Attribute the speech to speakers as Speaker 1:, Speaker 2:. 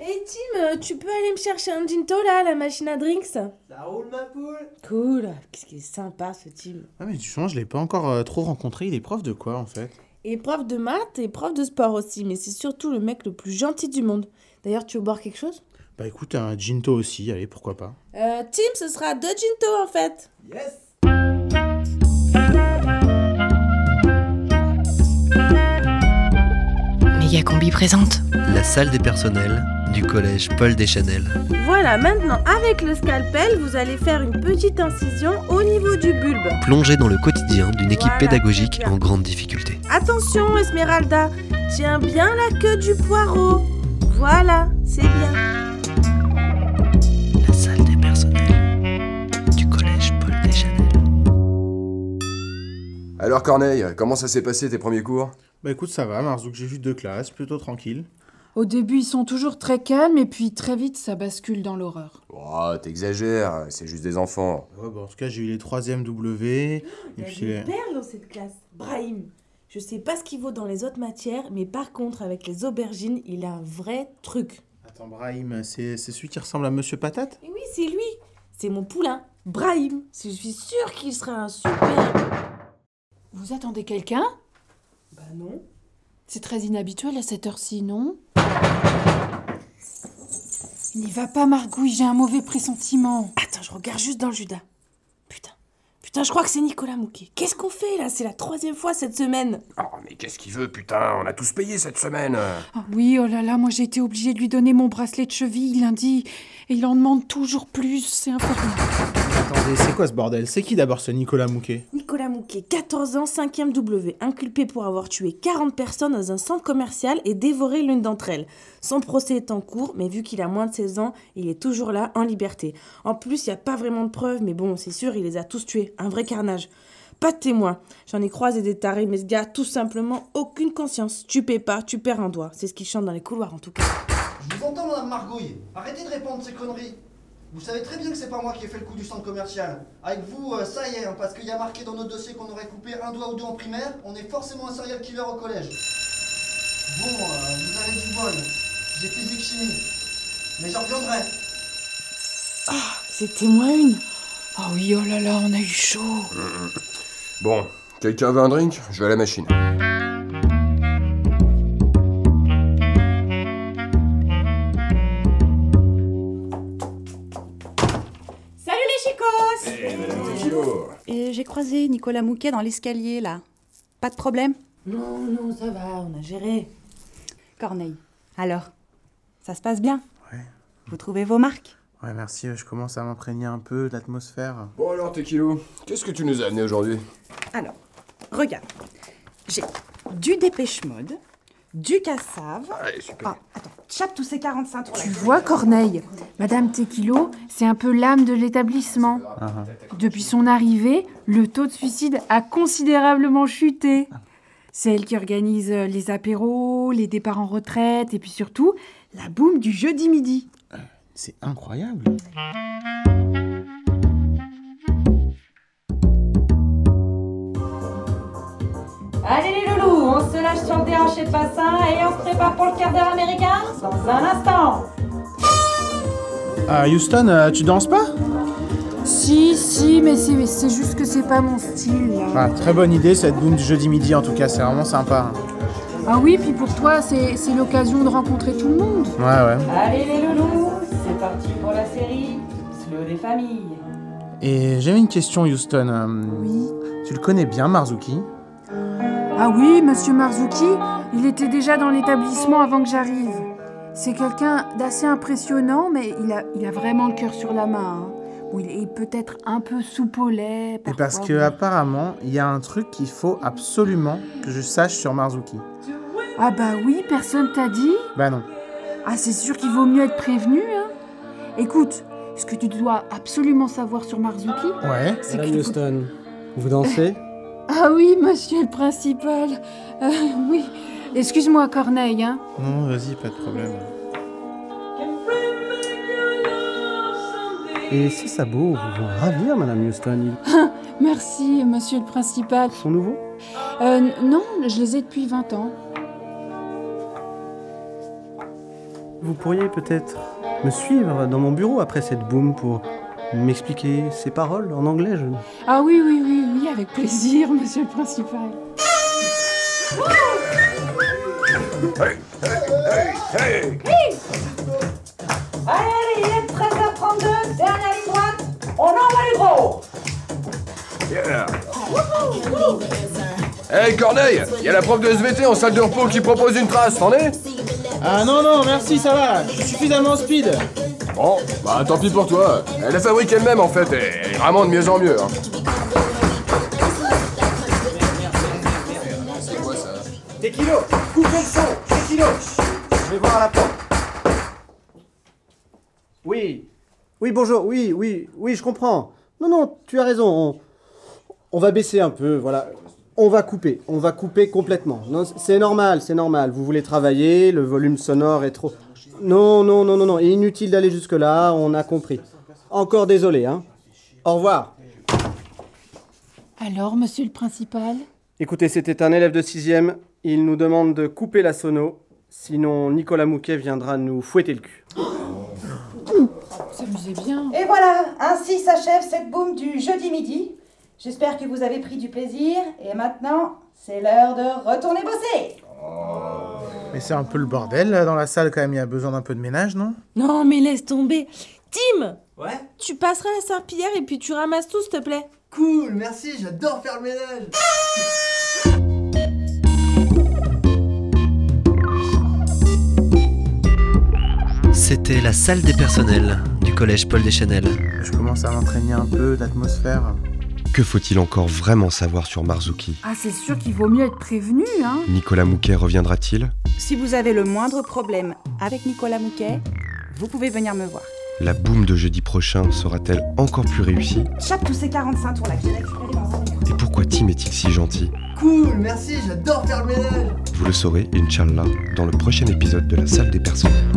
Speaker 1: Et Tim, euh, tu peux aller me chercher un ginto là, à la machine à drinks
Speaker 2: Ça roule ma poule
Speaker 1: Cool, qu'est-ce qu'il est sympa ce Tim.
Speaker 3: Ah, mais du changement, je l'ai pas encore euh, trop rencontré. Il est prof de quoi en fait
Speaker 1: Et prof de maths et prof de sport aussi, mais c'est surtout le mec le plus gentil du monde. D'ailleurs, tu veux boire quelque chose
Speaker 3: Bah écoute, un Ginto aussi, allez, pourquoi pas.
Speaker 1: euh, Tim, ce sera deux ginto en fait.
Speaker 2: Yes
Speaker 4: Mégacombi présente.
Speaker 5: La salle des personnels du collège Paul Deschanel.
Speaker 1: Voilà, maintenant avec le scalpel, vous allez faire une petite incision au niveau du bulbe.
Speaker 5: Plongé dans le quotidien d'une équipe
Speaker 1: Voilà,
Speaker 5: pédagogique
Speaker 1: très bien.
Speaker 5: en grande difficulté.
Speaker 1: Attention Esmeralda, tiens bien la queue du poireau. Voilà, c'est bien.
Speaker 5: La salle des personnels du collège Paul Deschanel.
Speaker 6: Alors Corneille, comment ça s'est passé tes premiers cours
Speaker 3: Bah écoute, ça va, Marzouk, j'ai vu deux classes, plutôt tranquille.
Speaker 7: Au début, ils sont toujours très calmes et puis très vite, ça bascule dans l'horreur.
Speaker 6: Oh, t'exagères, c'est juste des enfants.
Speaker 3: Ouais, bah en tout cas, j'ai eu les 3e W. Et puis, les-
Speaker 1: perles dans cette classe. Brahim, je sais pas ce qu'il vaut dans les autres matières, mais par contre avec les aubergines, il a un vrai truc.
Speaker 3: Attends, Brahim, c'est c'est celui qui ressemble à Monsieur Patate
Speaker 1: Et oui, c'est lui, c'est mon poulain, Brahim. Je suis sûre qu'il sera un super.
Speaker 7: Vous attendez quelqu'un
Speaker 1: Bah non.
Speaker 7: C'est très inhabituel à cette heure-ci, non N'y va pas, Margouille, j'ai un mauvais pressentiment.
Speaker 1: Attends, je regarde juste dans le Judas. Putain. Putain, je crois que c'est Nicolas Mouquet. Qu'est-ce qu'on fait là C'est la troisième fois cette semaine.
Speaker 6: Oh, mais qu'est-ce qu'il veut, putain On a tous payé cette semaine
Speaker 7: Ah oui, oh là là, moi j'ai été obligée de lui donner mon bracelet de cheville lundi et il en demande toujours plus, c'est infernal.
Speaker 3: Attendez, c'est quoi ce bordel C'est qui d'abord ce Nicolas Mouquet
Speaker 1: Nicolas Mouquet, 14 ans, 5e W, inculpé pour avoir tué 40 personnes dans un centre commercial et dévoré l'une d'entre elles. Son procès est en cours, mais vu qu'il a moins de 16 ans, il est toujours là, en liberté. En plus, il n'y a pas vraiment de preuves, mais bon, c'est sûr, il les a tous tués. Un vrai carnage. Pas de témoins. J'en ai croisé des tarés, mais ce gars, a tout simplement, aucune conscience. Tu paies pas, tu perds un doigt. C'est ce qu'il chante dans les couloirs, en tout cas.
Speaker 8: Je vous entends, madame Margouille. Arrêtez de répandre ces conneries. Vous savez très bien que c'est pas moi qui ai fait le coup du centre commercial. Avec vous, euh, ça y est, hein, parce qu'il y a marqué dans notre dossier qu'on aurait coupé un doigt ou deux en primaire, on est forcément un serial killer au collège. Bon, euh, vous avez du bol. J'ai physique chimie. Mais j'en reviendrai.
Speaker 1: C'est témoin une.
Speaker 7: Ah oui, oh là là, on a eu chaud.
Speaker 6: Bon, quelqu'un veut un drink Je vais à la machine.
Speaker 1: Salut les chicos
Speaker 6: Eh,
Speaker 9: Et j'ai croisé Nicolas Mouquet dans l'escalier, là. Pas de problème
Speaker 1: Non, non, ça va, on a géré.
Speaker 9: Corneille. Alors Ça se passe bien Vous trouvez vos marques
Speaker 3: Ouais, merci, euh, je commence à m'imprégner un peu de l'atmosphère.
Speaker 6: Bon alors Tequilo, qu'est-ce que tu nous as amené aujourd'hui
Speaker 9: Alors, regarde. J'ai du dépêche mode, du cassave.
Speaker 6: Allez, super.
Speaker 9: Ah, attends, chape tous ces 45 tours là.
Speaker 7: Tu vois, Corneille, Madame Tequilo, c'est un peu l'âme de l'établissement. Depuis son arrivée, le taux de suicide a considérablement chuté. C'est elle qui organise euh, les apéros, les départs en retraite et puis surtout la boum du jeudi midi.
Speaker 3: C'est incroyable
Speaker 10: Allez les loulous, on se lâche sur le DH et de bassin et on se prépare pour le quart d'heure américain dans un instant.
Speaker 3: Ah, Houston, euh, tu danses pas
Speaker 7: Si, si, mais c'est, c'est juste que c'est pas mon style. là.
Speaker 3: Ah, Très bonne idée cette boom du jeudi midi en tout cas, c'est vraiment sympa.
Speaker 7: Ah oui, puis pour toi, c'est, c'est l'occasion de rencontrer tout le monde.
Speaker 3: Ouais, ouais.
Speaker 10: Allez les loulous, c'est parti pour la série Slow des familles.
Speaker 3: Et j'avais une question, Houston. euh,
Speaker 7: Oui.
Speaker 3: Tu le connais bien, Marzuki
Speaker 7: Ah oui, monsieur Marzuki, il était déjà dans l'établissement avant que j'arrive. C'est quelqu'un d'assez impressionnant, mais il a, il a vraiment le cœur sur la main. hein. Bon, il est peut-être un peu soupe au lait.
Speaker 3: Et
Speaker 7: parfois,
Speaker 3: parce que
Speaker 7: oui.
Speaker 3: apparemment, il y a un truc qu'il faut absolument que je sache sur Marzuki.
Speaker 7: Ah bah oui, personne t'a dit
Speaker 3: Bah non.
Speaker 7: Ah, c'est sûr qu'il vaut mieux être prévenu. hein. Écoute, ce que tu dois absolument savoir sur Marzuki,
Speaker 3: Ouais.
Speaker 7: c'est que... tu-
Speaker 2: vous dansez
Speaker 7: Ah oui, monsieur le principal. Euh, oui. Excuse-moi, Corneille, hein.
Speaker 3: Non, vas-y, pas de problème.
Speaker 2: Et ses sabots vous vont ravir, madame Houston.
Speaker 7: Merci, monsieur le principal.
Speaker 2: Ils sont nouveaux
Speaker 7: Euh, n- non, je les ai depuis 20 ans.
Speaker 2: vous pourriez peut-être me suivre dans mon bureau après cette boum pour m'expliquer ces paroles en anglais, je...
Speaker 7: Ah oui, oui, oui, oui, avec plaisir, monsieur le principal.
Speaker 10: Allez, allez, il est 13h32, dernière ligne droite, on envoie les gros
Speaker 6: Hey Corneille, il y a la prof de SVT en salle de repos qui propose une trace, t'en es
Speaker 3: Ah non, non, merci, ça va. Je suis suffisamment speed.
Speaker 6: Bon, bah tant pis pour toi. Elle la fabrique elle-même en fait, et elle est vraiment de mieux en mieux. hein.
Speaker 4: Des kilos Coupez le son Des kilos Je vais voir à la porte.
Speaker 2: Oui. Oui, bonjour. Oui, oui, oui, je comprends. Non, non, tu as raison. On, on va baisser un peu, voilà. On va couper. On va couper complètement. Non, c- c'est normal, c'est normal. Vous voulez travailler, le volume sonore est trop... Non, non, non, non, non. Inutile d'aller jusque-là, on a compris. Encore désolé, hein. Au revoir.
Speaker 7: Alors, monsieur le principal
Speaker 2: Écoutez, c'était un élève de 6ème. Il nous demande de couper la sono. Sinon, Nicolas Mouquet viendra nous fouetter le cul.
Speaker 7: S'amusez bien.
Speaker 10: Et voilà, ainsi s'achève cette boum du jeudi midi. J'espère que vous avez pris du plaisir, et maintenant, c'est l'heure de retourner bosser
Speaker 3: Mais c'est un peu le bordel là, dans la salle quand même, il y a besoin d'un peu de ménage, non
Speaker 1: Non, mais laisse tomber. Tim,
Speaker 4: Ouais
Speaker 1: tu passeras la serpillière et puis tu ramasses tout, s'il te plaît.
Speaker 4: Cool, merci, j'adore faire le ménage
Speaker 5: C'était la salle des personnels du collège Paul Deschanel.
Speaker 3: Je commence à m'entraîner un peu l'atmosphère.
Speaker 11: Que faut-il encore vraiment savoir sur Marzuki
Speaker 7: Ah, c'est sûr qu'il vaut mieux être prévenu, hein
Speaker 11: Nicolas Mouquet reviendra-t-il
Speaker 9: Si vous avez le moindre problème avec Nicolas Mouquet, vous pouvez venir me voir.
Speaker 11: La boum de jeudi prochain sera-t-elle encore plus réussie
Speaker 9: Chape tous ces 45 tours là que j'ai récupérés dans un mur.
Speaker 11: Et pourquoi Tim est-il si gentil
Speaker 4: Cool, merci, j'adore faire le ménage
Speaker 11: Vous le saurez, Inch'Allah, dans le prochain épisode de la salle des personnels.